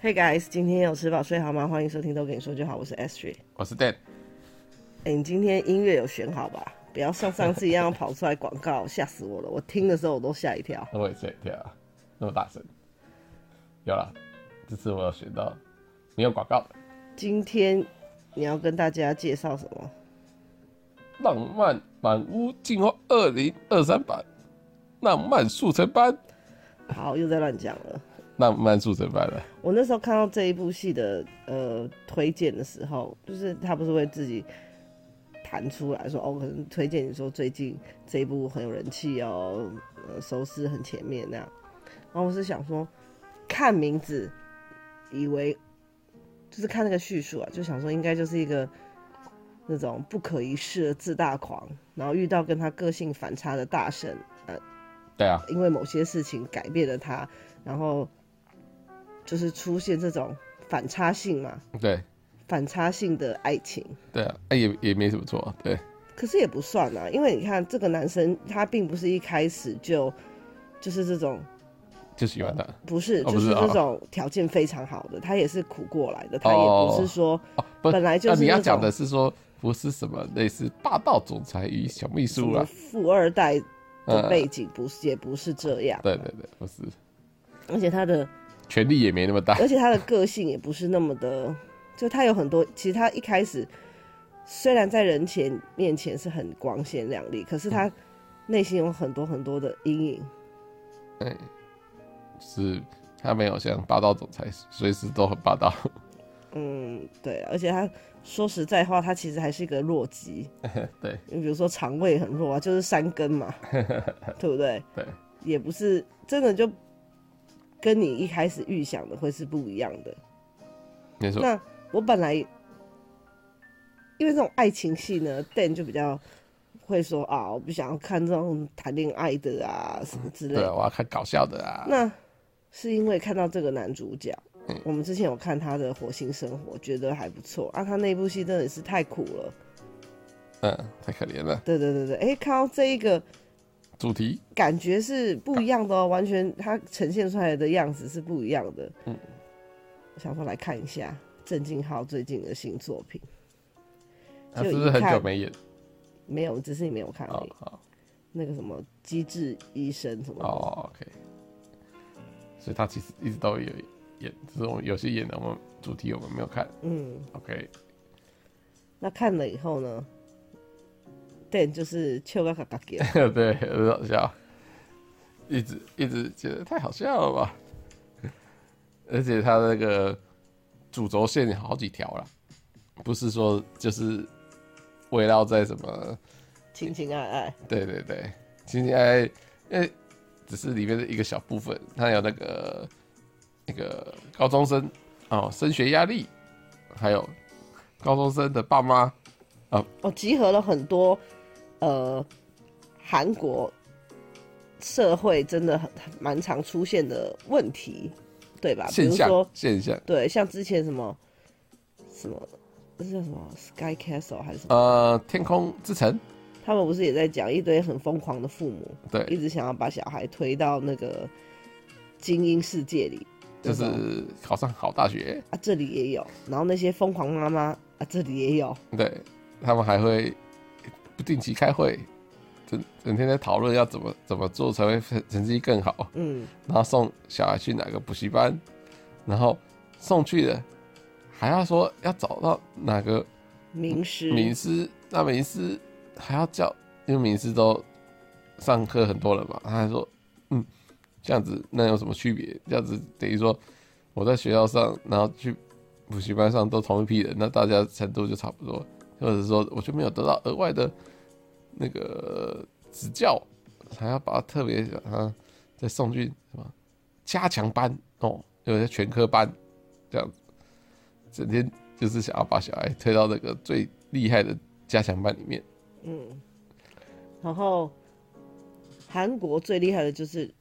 Hey guys，今天有吃饱睡好吗？欢迎收听都跟你说就好，我是 S 雪。我是 Dan，哎、你今天音乐有选好吧？不要像上次一样跑出来广告， 吓死我了！我听的时候我都吓一跳。我也吓一跳啊，那么大声。有啦，这次我有选到没有广告的今天你要跟大家介绍什么？ 《浪漫满屋进化二零二三版》，浪漫速成班，好，又在乱讲了。浪漫速成班啊了。我那时候看到这一部戏的呃推荐的时候，就是他不是会自己弹出来说哦，可能推荐你说最近这一部很有人气哦，呃，收视很前面那样。然后我是想说，看名字以为就是看那个叙述啊，就想说应该就是一个那种不可一世的自大狂，然后遇到跟他个性反差的大神，呃，对啊，因为某些事情改变了他，然后就是出现这种反差性嘛，对反差性的爱情。对啊，啊也也没什么错、啊，对可是也不算啊，因为你看这个男生他并不是一开始就就是这种，就喜欢他。不是哦就不是是啊这种条件非常好的，他也是苦过来的，他也哦不是说哦，不，本来就是啊、你那要种讲的是说不是什么类似霸道总裁与小秘什书啊么啦，富二代的嗯背景，不是也不是这样，对对对，不是，而且他的权力也没那么大。而且他的个性也不是那么的，就他有很多，其实他一开始虽然在人前面前是很光鲜亮丽，可是他内心有很多很多的阴影。对，就是他没有像霸道总裁，随时都很霸道。 嗯，对，而且他说实在话，他其实还是一个弱鸡，对你比如说肠胃很弱啊，就是三根嘛，对不对？对，也不是真的就跟你一开始预想的会是不一样的。你说那我本来因为这种爱情戏呢，Dan 就比较会说啊，我不想要看这种谈恋爱的啊什么之类对啊，的。我要看搞笑的啊。那是因为看到这个男主角嗯，我们之前有看他的《火星生活》，觉得还不错啊。他那部戏真的是太苦了。嗯，太可怜了。对对对对，哎、看到这一个主题感觉是不一样的哦，完全他呈现出来的样子是不一样的。嗯，我想说来看一下郑敬浩最近的新作品。他就是不一是很久看没演？没有，只是你没有看而哦已。好那个什么机智医生什么的，哦，OK。所以他其实一直都有演，只是我们有些演的我们主题我们没有看。嗯， OK， 那看了以后呢，对，就是秋嘎嘎嘎 给，对，很好笑，一直一直觉得太好笑了吧？而且他那个主轴线有好几条啦，不是说就是围绕在什么？亲亲爱爱，对对对，其实爱，因为哎只是里面的一个小部分，它有那个那个高中生哦，升学压力，还有高中生的爸妈，哦，集合了很多呃韩国社会真的很蛮常出现的问题，对吧？啊比现如象说，现象，对，像之前什么什么。那叫什么 Sky Castle 还是什么？呃，天空之城，他们不是也在讲一堆很疯狂的父母，哦对，一直哦想要把小孩推到那个精英世界里，就那种是考上好大学，啊，这里也有，然后那些疯狂妈妈啊，这里也有，对他们还会不定期开会，整整天在讨论要怎么怎么做才会成成绩更好，嗯，然后送小孩去哪个补习班，然后送去的还要说要找到哪个名师，名师，那名师还要叫，因为名师都上课很多人嘛，他还说，嗯，这样子那有什么区别？这样子等于说我在学校上，然后去补习班上都同一批人，那大家程度就差不多，或者说我就没有得到额外的那个指教，还要把它特别把它再送去什么加强班哦，有些全科班这样子，整天就是想要把小孩推到那个最厉害的加强班里面。然后韩国最厉害的就是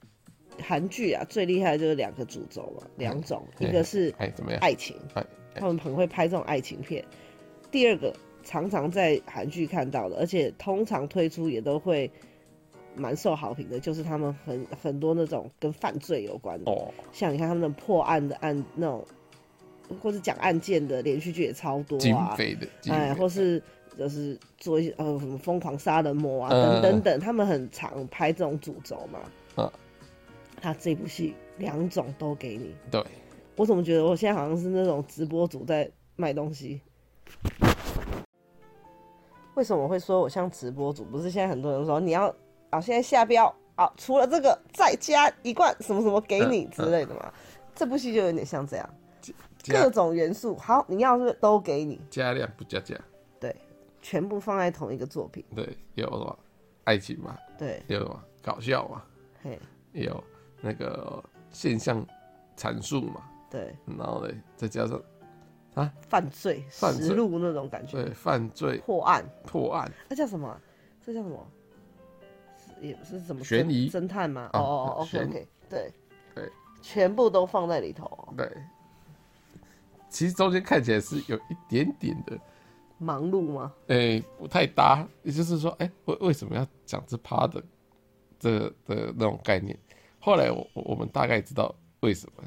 韩剧啊，最厉害的就是两个主轴嘛，两种，一个是哎怎么样？爱情，嗯哎，他们很会拍这种爱情片，第二个常常在韩剧看到的，而且通常推出也都会蛮受好评的，就是他们很很多那种跟犯罪有关的，哦，像你看他们的破案的案那种，或是讲案件的连续剧也超多警啊，匪的，警哎，匪或是就是做一些呃什么疯狂杀人魔啊，嗯等等等，他们很常拍这种主轴嘛。嗯他这部戏两种都给你，对，我怎么觉得我现在好像是那种直播主在卖东西？为什么会说我像直播主？不是现在很多人说你要啊，现在下标啊，除了这个再加一罐什么什么给你嗯之类的嘛。这部戏就有点像这样，各加种元素好，你要是都给你，加量不加价，对，全部放在同一个作品，对，也有什么爱情嘛，对，也有什么搞笑嘛，嘿，也有那个现象阐述嘛，对，然后嘞，再加上犯罪犯罪实录那种感觉，对犯罪破案，破案，那叫什么啊？这叫什么？是也是什么悬侦疑侦探吗？哦啊哦，OK 悬疑 OK，对对，全部都放在里头哦，对，其实中间看起来是有一点点的忙碌吗？诶、不太搭，也就是说，哎、为为什么要讲这趴的这的那种概念？后来我我我们大概知道为什么，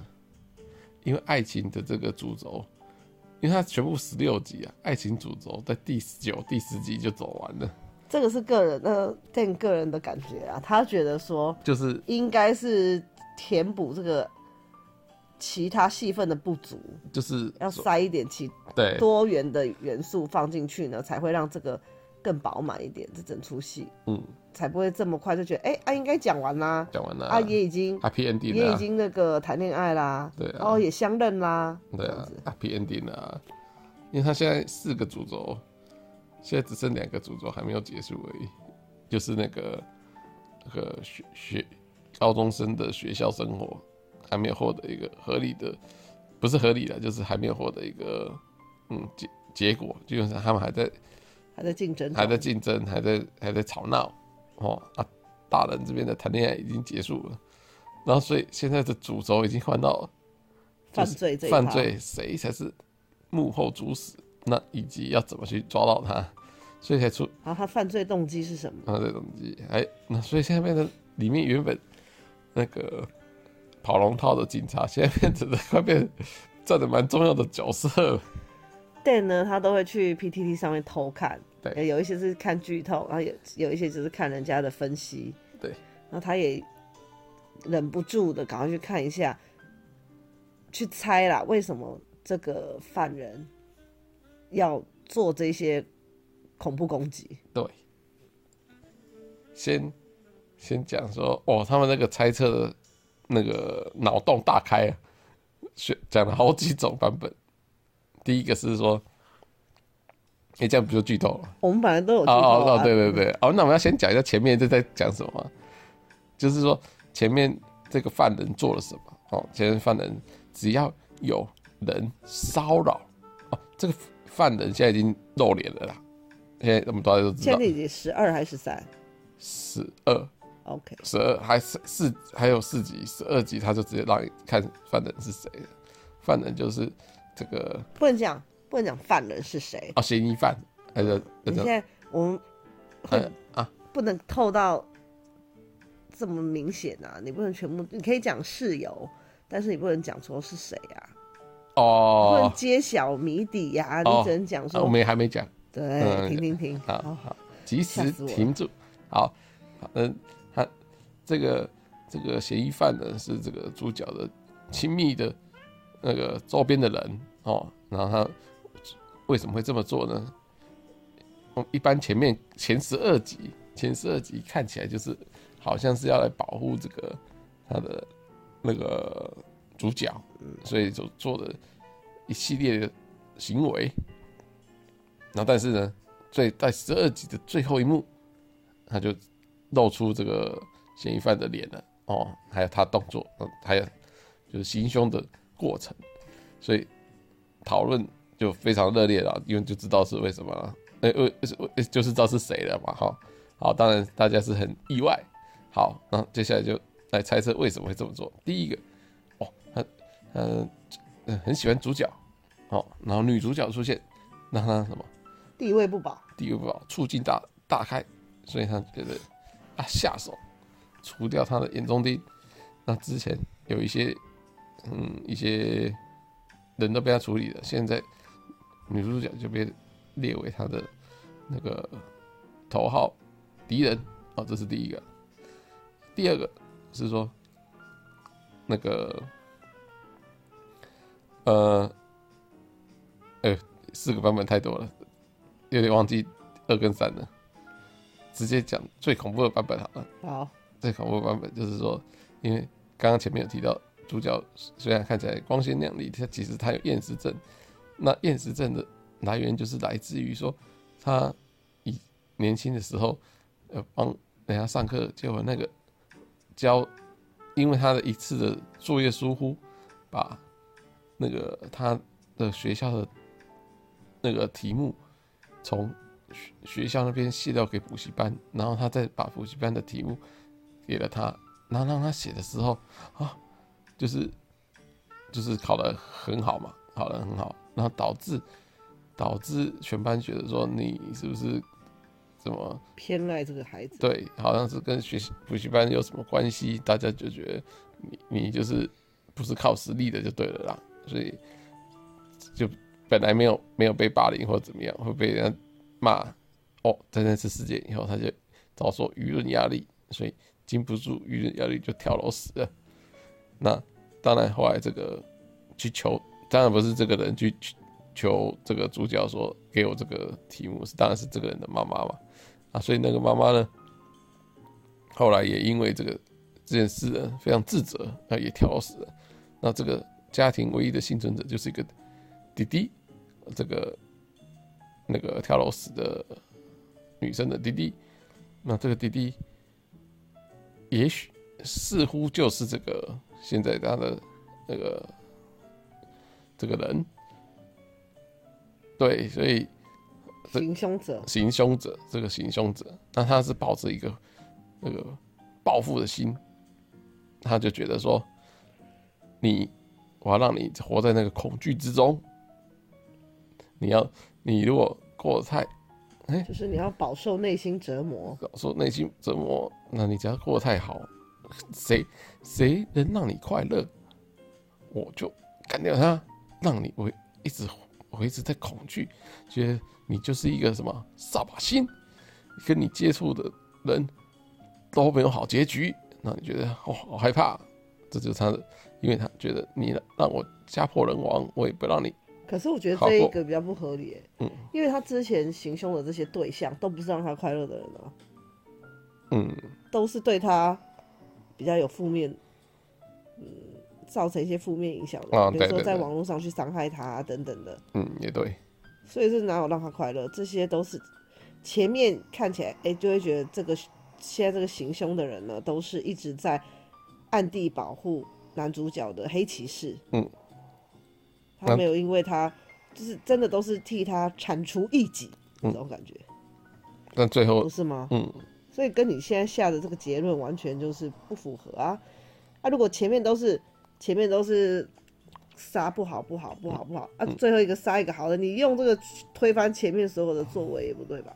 因为爱情的这个主轴，因为它全部十六集啊，爱情主轴在第十九、第十集就走完了，这个是个人，呃，但个人的感觉啊，他觉得说就是应该是填补这个其他戏份的不足，就是要塞一点其对多元的元素放进去呢，才会让这个更饱满一点，这整出戏嗯，才不会这么快就觉得，哎、啊应该讲完啦，讲完了啊也已经 happy ending 也了已啊、经那个谈恋爱啦，对啊哦也相认啦，对这啊样子， ，happy ending 了啊，因为它现在四个主轴，现在只剩两个主轴还没有结束而已，就是那个那个学学高中生的学校生活还没有获得一个合理的，不是合理的，就是还没有获得一个嗯结结果，基本上他们还在还在竞争中，还在竞争，还在还在吵闹，哦啊，大人这边的谈恋爱已经结束了，然后所以现在的主轴已经换到犯罪这一犯趴罪谁才是幕后主使，那以及要怎么去抓到他，所以才出然后他犯罪动机是什么？啊这种机，哎，那所以现在变成里面原本那个跑龙套的警察，现在变成快变占的蛮重要的角色了，但呢，他都会去 PTT 上面偷看，对呃有一些是看剧透，然后有有一些只是看人家的分析，对，然后他也忍不住的赶快去看一下，去猜啦，为什么这个犯人要做这些恐怖攻击？对，先先讲说，哦，他们那个猜测的那个脑洞大开啊，选讲了好几种版本。第一个是说，哎、这样不就剧透了？我们本来都有剧透、啊哦哦，对对对，哦，那我们要先讲一下前面这在讲什么啊，就是说前面这个犯人做了什么哦，前面犯人只要有人骚扰哦，这个犯人现在已经露脸了啦，现在我们大家都知现道在，已经十二还是十三十二？OK，十二还四四还有四集，十二集他就直接让你看犯人是谁了，犯人就是这个不能讲不能讲犯人是谁，哦嫌疑犯，还是那你现种在我们呃啊不能透到这么明显啊！你不能全部，你可以讲室友，但是你不能讲说是谁啊，不能哦，揭晓谜底呀、哦你只能讲啊说，我们也还没讲。嗯对，停停停，好好好，及时吓死我了停住。好，好嗯，他这个这个嫌疑犯呢是这个主角的亲密的那个周边的人哦，然后他为什么会这么做呢？我们一般前面前十二集，前十二集看起来就是好像是要来保护这个他的那个主角，所以就做了一系列的行为。然后但是呢，最在十二集的最后一幕，他就露出这个嫌疑犯的脸了哦，还有他动作，嗯，还有就是行凶的过程，所以讨论就非常热烈了，因为就知道是为什么了，哎、为为为就是知道是谁了嘛，哈，好，当然大家是很意外，好，然后接下来就来猜测为什么会这么做。第一个，哦，他嗯、呃、很喜欢主角，哦，然后女主角出现，那他什么？地位不保，地位不好，促进大大开，所以他觉得啊下手除掉他的眼中钉。那之前有一些嗯一些人都被他处理了，现在女主角就被列为他的那个头号敌人哦，这是第一个。第二个是说那个呃呃四个版本太多了，有点忘记二跟三了。直接讲最恐怖的版本好了，好，最恐怖的版本就是说，因为刚刚前面有提到，主角虽然看起来光鲜亮丽，他其实他有厌食症。那厌食症的来源就是来自于说，他以年轻的时候，呃，帮人家上课，结果那个教，因为他的一次的作业疏忽，把那个他的学校的那个题目从学学校那边卸掉给补习班，然后他再把补习班的题目给了他，然后让他写的时候啊，就是就是考得很好嘛，考得很好，然后导致导致全班觉得说你是不是怎么偏爱这个孩子，对，好像是跟学习补习班有什么关系，大家就觉得你你就是不是靠实力的就对了啦，所以就本来没有没有被霸凌或怎么样，会被人家骂哦，在那次事件以后，他就遭受舆论压力，所以经不住舆论压力就跳楼死了。那当然，后来这个去求，当然不是这个人去去求这个主角说给我这个题目，是当然是这个人的妈妈嘛。啊，所以那个妈妈呢，后来也因为这个这件事呢，非常自责，啊，也跳楼死了。那这个家庭唯一的幸存者就是一个弟弟，这个那个跳楼死的女生的弟弟。那这个弟弟，也许似乎就是这个现在他的那个这个人。对，所以对行凶者，行凶者，这个行凶者，那他是抱着一个那个报复的心，他就觉得说，你我要让你活在那个恐惧之中，你要你如果过得太就是你要饱受内心折磨，说内心折磨，那你只要过得太好，谁谁能让你快乐，我就干掉他，让你我一直我一直在恐惧，觉得你就是一个什么扫把星，跟你接触的人都没有好结局，那你觉得哦好害怕，这就是他的，因为他觉得你让我家破人亡，我也不让你可是我觉得好这一过个比较不合理、欸，嗯因为他之前行凶的这些对象都不是让他快乐的人啊，嗯都是对他比较有负面，嗯，造成一些负面影响的，啊比对如说对在对网络上去伤害他、啊、等等的，嗯也对，所以是哪有让他快乐？这些都是前面看起来，哎、就会觉得这个现在这个行凶的人呢，都是一直在暗地保护男主角的黑骑士。嗯，他没有因为他就是真的都是替他铲除异己、嗯这种感觉，但最后不是吗？嗯所以跟你现在下的这个结论完全就是不符合啊！啊，如果前面都是前面都是杀不好不好不好不好啊，嗯最后一个杀一个好的，你用这个去推翻前面所有的作为也不对吧？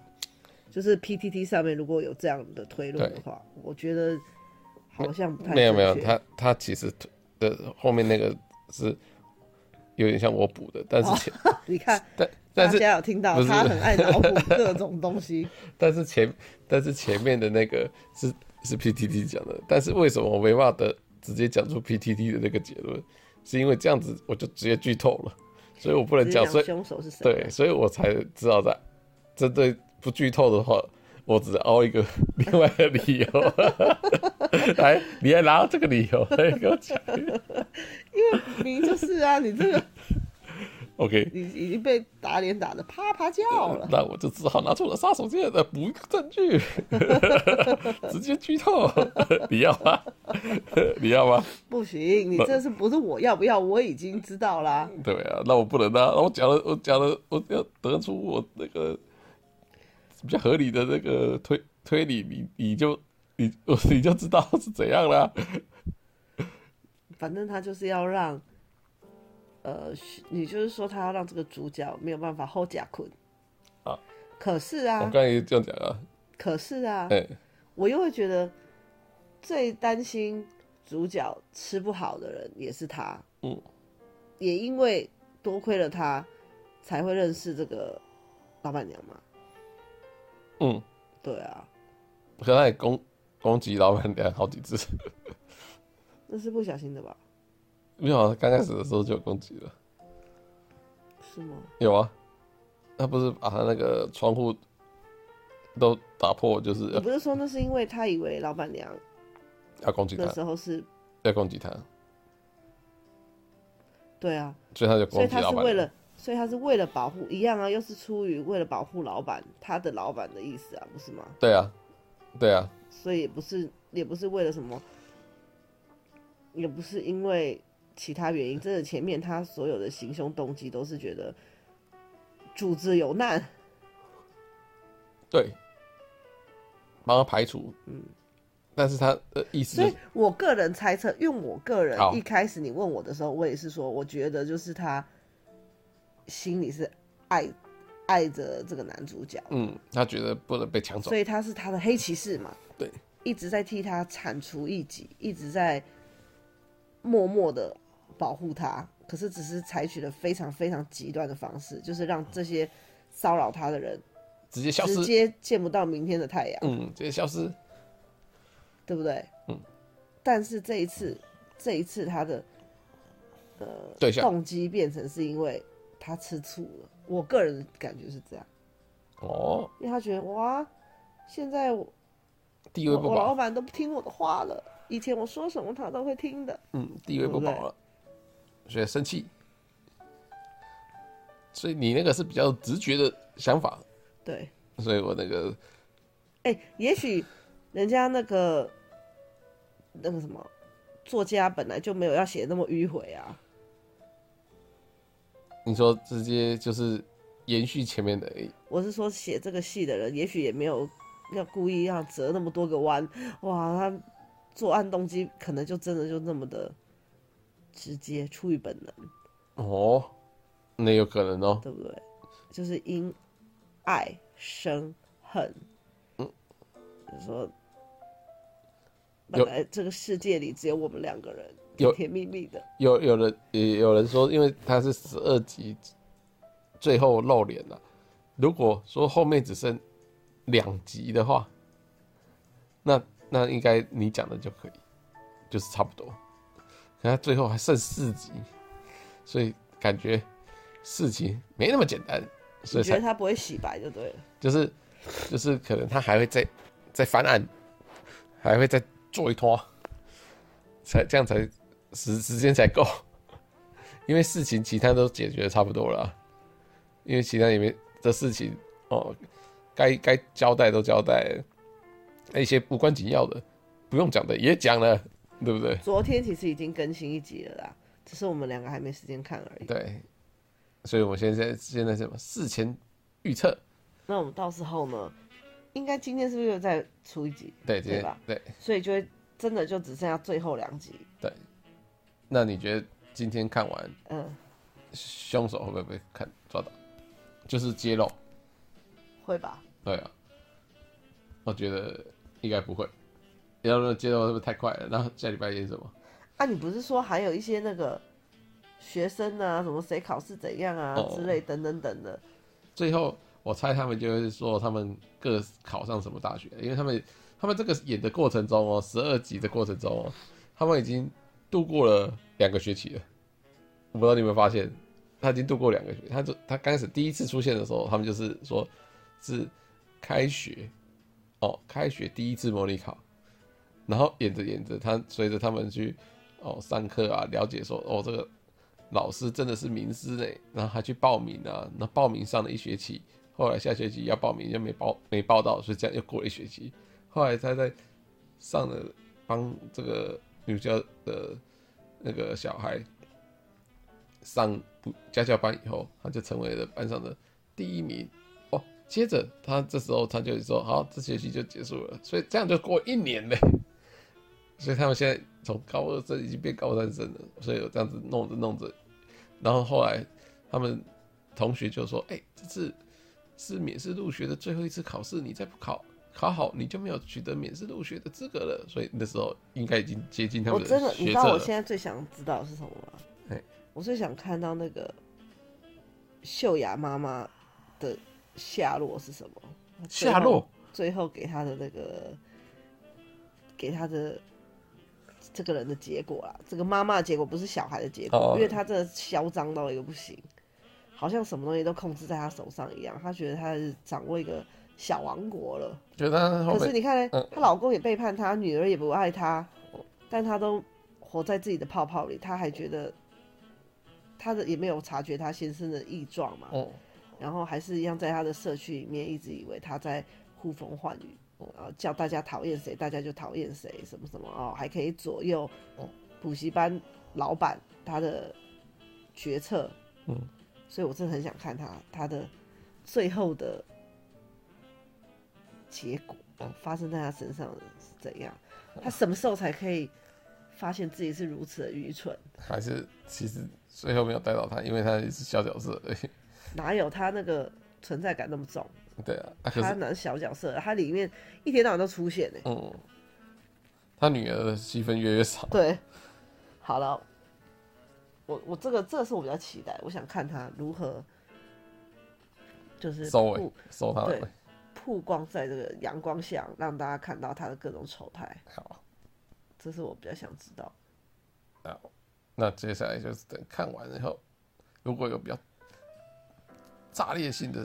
就是 PTT 上面如果有这样的推论的对话，我觉得好像不太没有正没有，确他他其实的后面那个是有点像我补的，但是前、你看 但哦大但是家有听到不是他很爱脑补各种东西，但是前但是前面的那个是是 PTT 讲的，但是为什么我没办法的直接讲出 PTT 的那个结论？是因为这样子我就直接剧透了，所以我不能只是讲，讲所以凶手是谁？对，所以我才知道在针对不剧透的话，我只凹一个 另外的 理由， 来，你还拿到这个理由来给我讲因为明明就是啊，你这个，OK。你已经被打脸打的啪啪叫了。那我就只好拿出了杀手锏来补一个证据， 直接剧透， 你要吗？ 你要吗？不行，你这是不是我要不要？我已经知道啦。对啊，那我不能啊，那我讲了，我讲了，我要得出我那个比较合理的那个推推理，你你就你我你就知道是怎样啦。反正他就是要让，呃，你就是说他要让这个主角没有办法 hold 甲坤啊。可是我啊，刚才也这样讲啊，可是啊，哎、我又会觉得最担心主角吃不好的人也是他，嗯，也因为多亏了他才会认识这个老板娘嘛，嗯，对啊，可他也攻攻击老板娘好几次， 那是不小心的吧？没有啊，刚开始的时候就有攻击了，是吗？有啊，他不是啊把他那个窗户都打破，就是你要不是说那是因为他以为老板娘要攻击他那，时候是要攻击他，对啊，所以他就所以攻击他老是板为娘。了，所以他是为了保护一样啊，又是出于为了保护老板他的老板的意思啊，不是吗？对啊，对啊，所以也不是也不是为了什么，也不是因为其他原因，真的前面他所有的行凶动机都是觉得组织有难，对，帮他排除。嗯，但是他的意思所就以是我个人猜测，因为我个人好一开始你问我的时候，我也是说，我觉得就是他心里是爱爱着这个男主角，嗯，他觉得不能被抢走所。以他是他的黑骑士嘛，对，一直在替他铲除异己，一直在默默的保护他，可是只是采取了非常非常极端的方式，就是让这些骚扰他的人直接消直失。接见不到明天的太阳，嗯，直接消失。对不对？嗯。但是这一次，这一次他的呃对象动机变成是因为他吃醋了，我个人感觉是这样，哦，因为他觉得哇，现在我地位我不我老保，板都不听我的话了，以前我说什么他都会听的。嗯，地位不保了，所以生气。所以你那个是比较直觉的想法，对，所以我那个哎、也许人家那个那个什么作家本来就没有要写那么迂回啊，你说直接就是延续前面的而已，我是说写这个戏的人，也许也没有要故意要折那么多个弯，哇，他作案动机可能就真的就那么的直接，出于本能，哦，那有可能哦，对不对？就是因爱生恨，嗯，说。本有来这个世界里只有我们两个人，有甜甜蜜蜜的，有有人也有人说，因为他是十二集最后露脸了、如果说后面只剩两集的话，那那应该你讲的就可以，就是差不多。可他最后还剩四集，所以感觉事情没那么简单，所你以觉得才他不会洗白就对了。就是就是可能他还会再再翻案，还会再做一拖，才这样才时时间才够， 因为事情其他都解决得差不多了啊、因为其他里面的事情哦，该该交代都交代了，那一些无关紧要的不用讲的也讲了，对不对？昨天其实已经更新一集了啦，只是我们两个还没时间看而已。对，所以我现在现在是什么事前预测？那我们到时候呢，应该今天是不是又再出一集？对，今对天吧？对所以就会真的就只剩下最后两集。对，那你觉得今天看完嗯，凶手会不会被看抓到？就是揭露，会吧？对啊，我觉得应该不会。要是揭露是不是太快了？然后下礼拜演什么？啊，你不是说还有一些那个学生啊，什么谁考试怎样啊、哦之类等等等的，最后我猜他们就会说他们各考上什么大学，因为他们他们这个演的过程中哦，十二集的过程中哦，他们已经度过了两个学期了。我不知道你有没有发现，他已经度过两个学期。他就他刚开始第一次出现的时候，他们就是说是开学哦，开学第一次模拟考，然后演着演着，他随着他们去哦上课啊，了解说哦这个老师真的是名师呢，然后还去报名啊，那报名上了一学期，后来下学期要报名就没报没报到，所以这样又过了一学期，后来他在上了帮这个女教呃的那个小孩上补家教班以后，他就成为了班上的第一名哦。接着他这时候他就说好，这学期就结束了，所以这样就过一年嘞。 所以他们现在从高二生已经变高三生了，所以有这样子弄着弄着，然后后来他们同学就说：“哎、这次是免试入学的最后一次考试，你再不考，考好，你就没有取得免试入学的资格了。所以那时候应该已经接近他我们真的，你学知测道我了。现在最想知道的是什么吗？嘿我最想看到那个秀雅妈妈的下落是什么？最后下落最后给她的那个，给她的这个人的结果啦，这个妈妈的结果不是小孩的结果，哦因为她真的嚣张到一个不行，好像什么东西都控制在她手上一样，她觉得她是掌握一个小王国了。就他后可是面你看呢嗯，她老公也背叛她，女儿也不爱她，但她都活在自己的泡泡里，她还觉得她的也没有察觉她先生的异状嘛，哦，然后还是一样在她的社区里面一直以为她在呼风唤雨，哦然后叫大家讨厌谁，大家就讨厌谁，什么什么哦，还可以左右哦补习班老板他的决策，嗯，所以我真的很想看他他的最后的结果、哦发生在他身上是怎样，哦他什么时候才可以发现自己是如此的愚蠢？还是其实最后没有带到他，因为他是小角色而已。哪有他那个存在感那么重？对啊，啊可他是哪是小角色，他里面一天到晚都出现欸呢、嗯，他女儿的戏份越来越少。对，好了，我我这个这个是我比较期待，我想看他如何就是收尾曝收他对尾，曝光在这个阳光下，让大家看到他的各种丑态，好，这是我比较想知道。好，那接下来就是等看完以后，如果有比较炸裂性的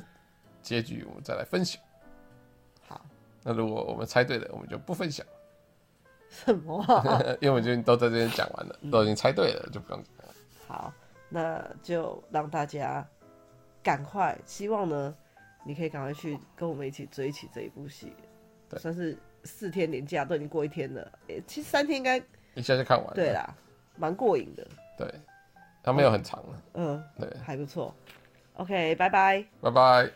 结局，我们再来分享。好，那如果我们猜对了，我们就不分享，什么 啊、因为我们已经都在这边讲完嗯了，都已经猜对了，就不用讲了。好，那就让大家赶快，希望呢，你可以赶快去跟我们一起追起这一部戏，对算是四天连假都已经过一天了，诶其实三天应该一下就看完了。对啦，蛮过瘾的，对，它没有很长了。嗯、对，还不错。OK，拜拜。拜拜。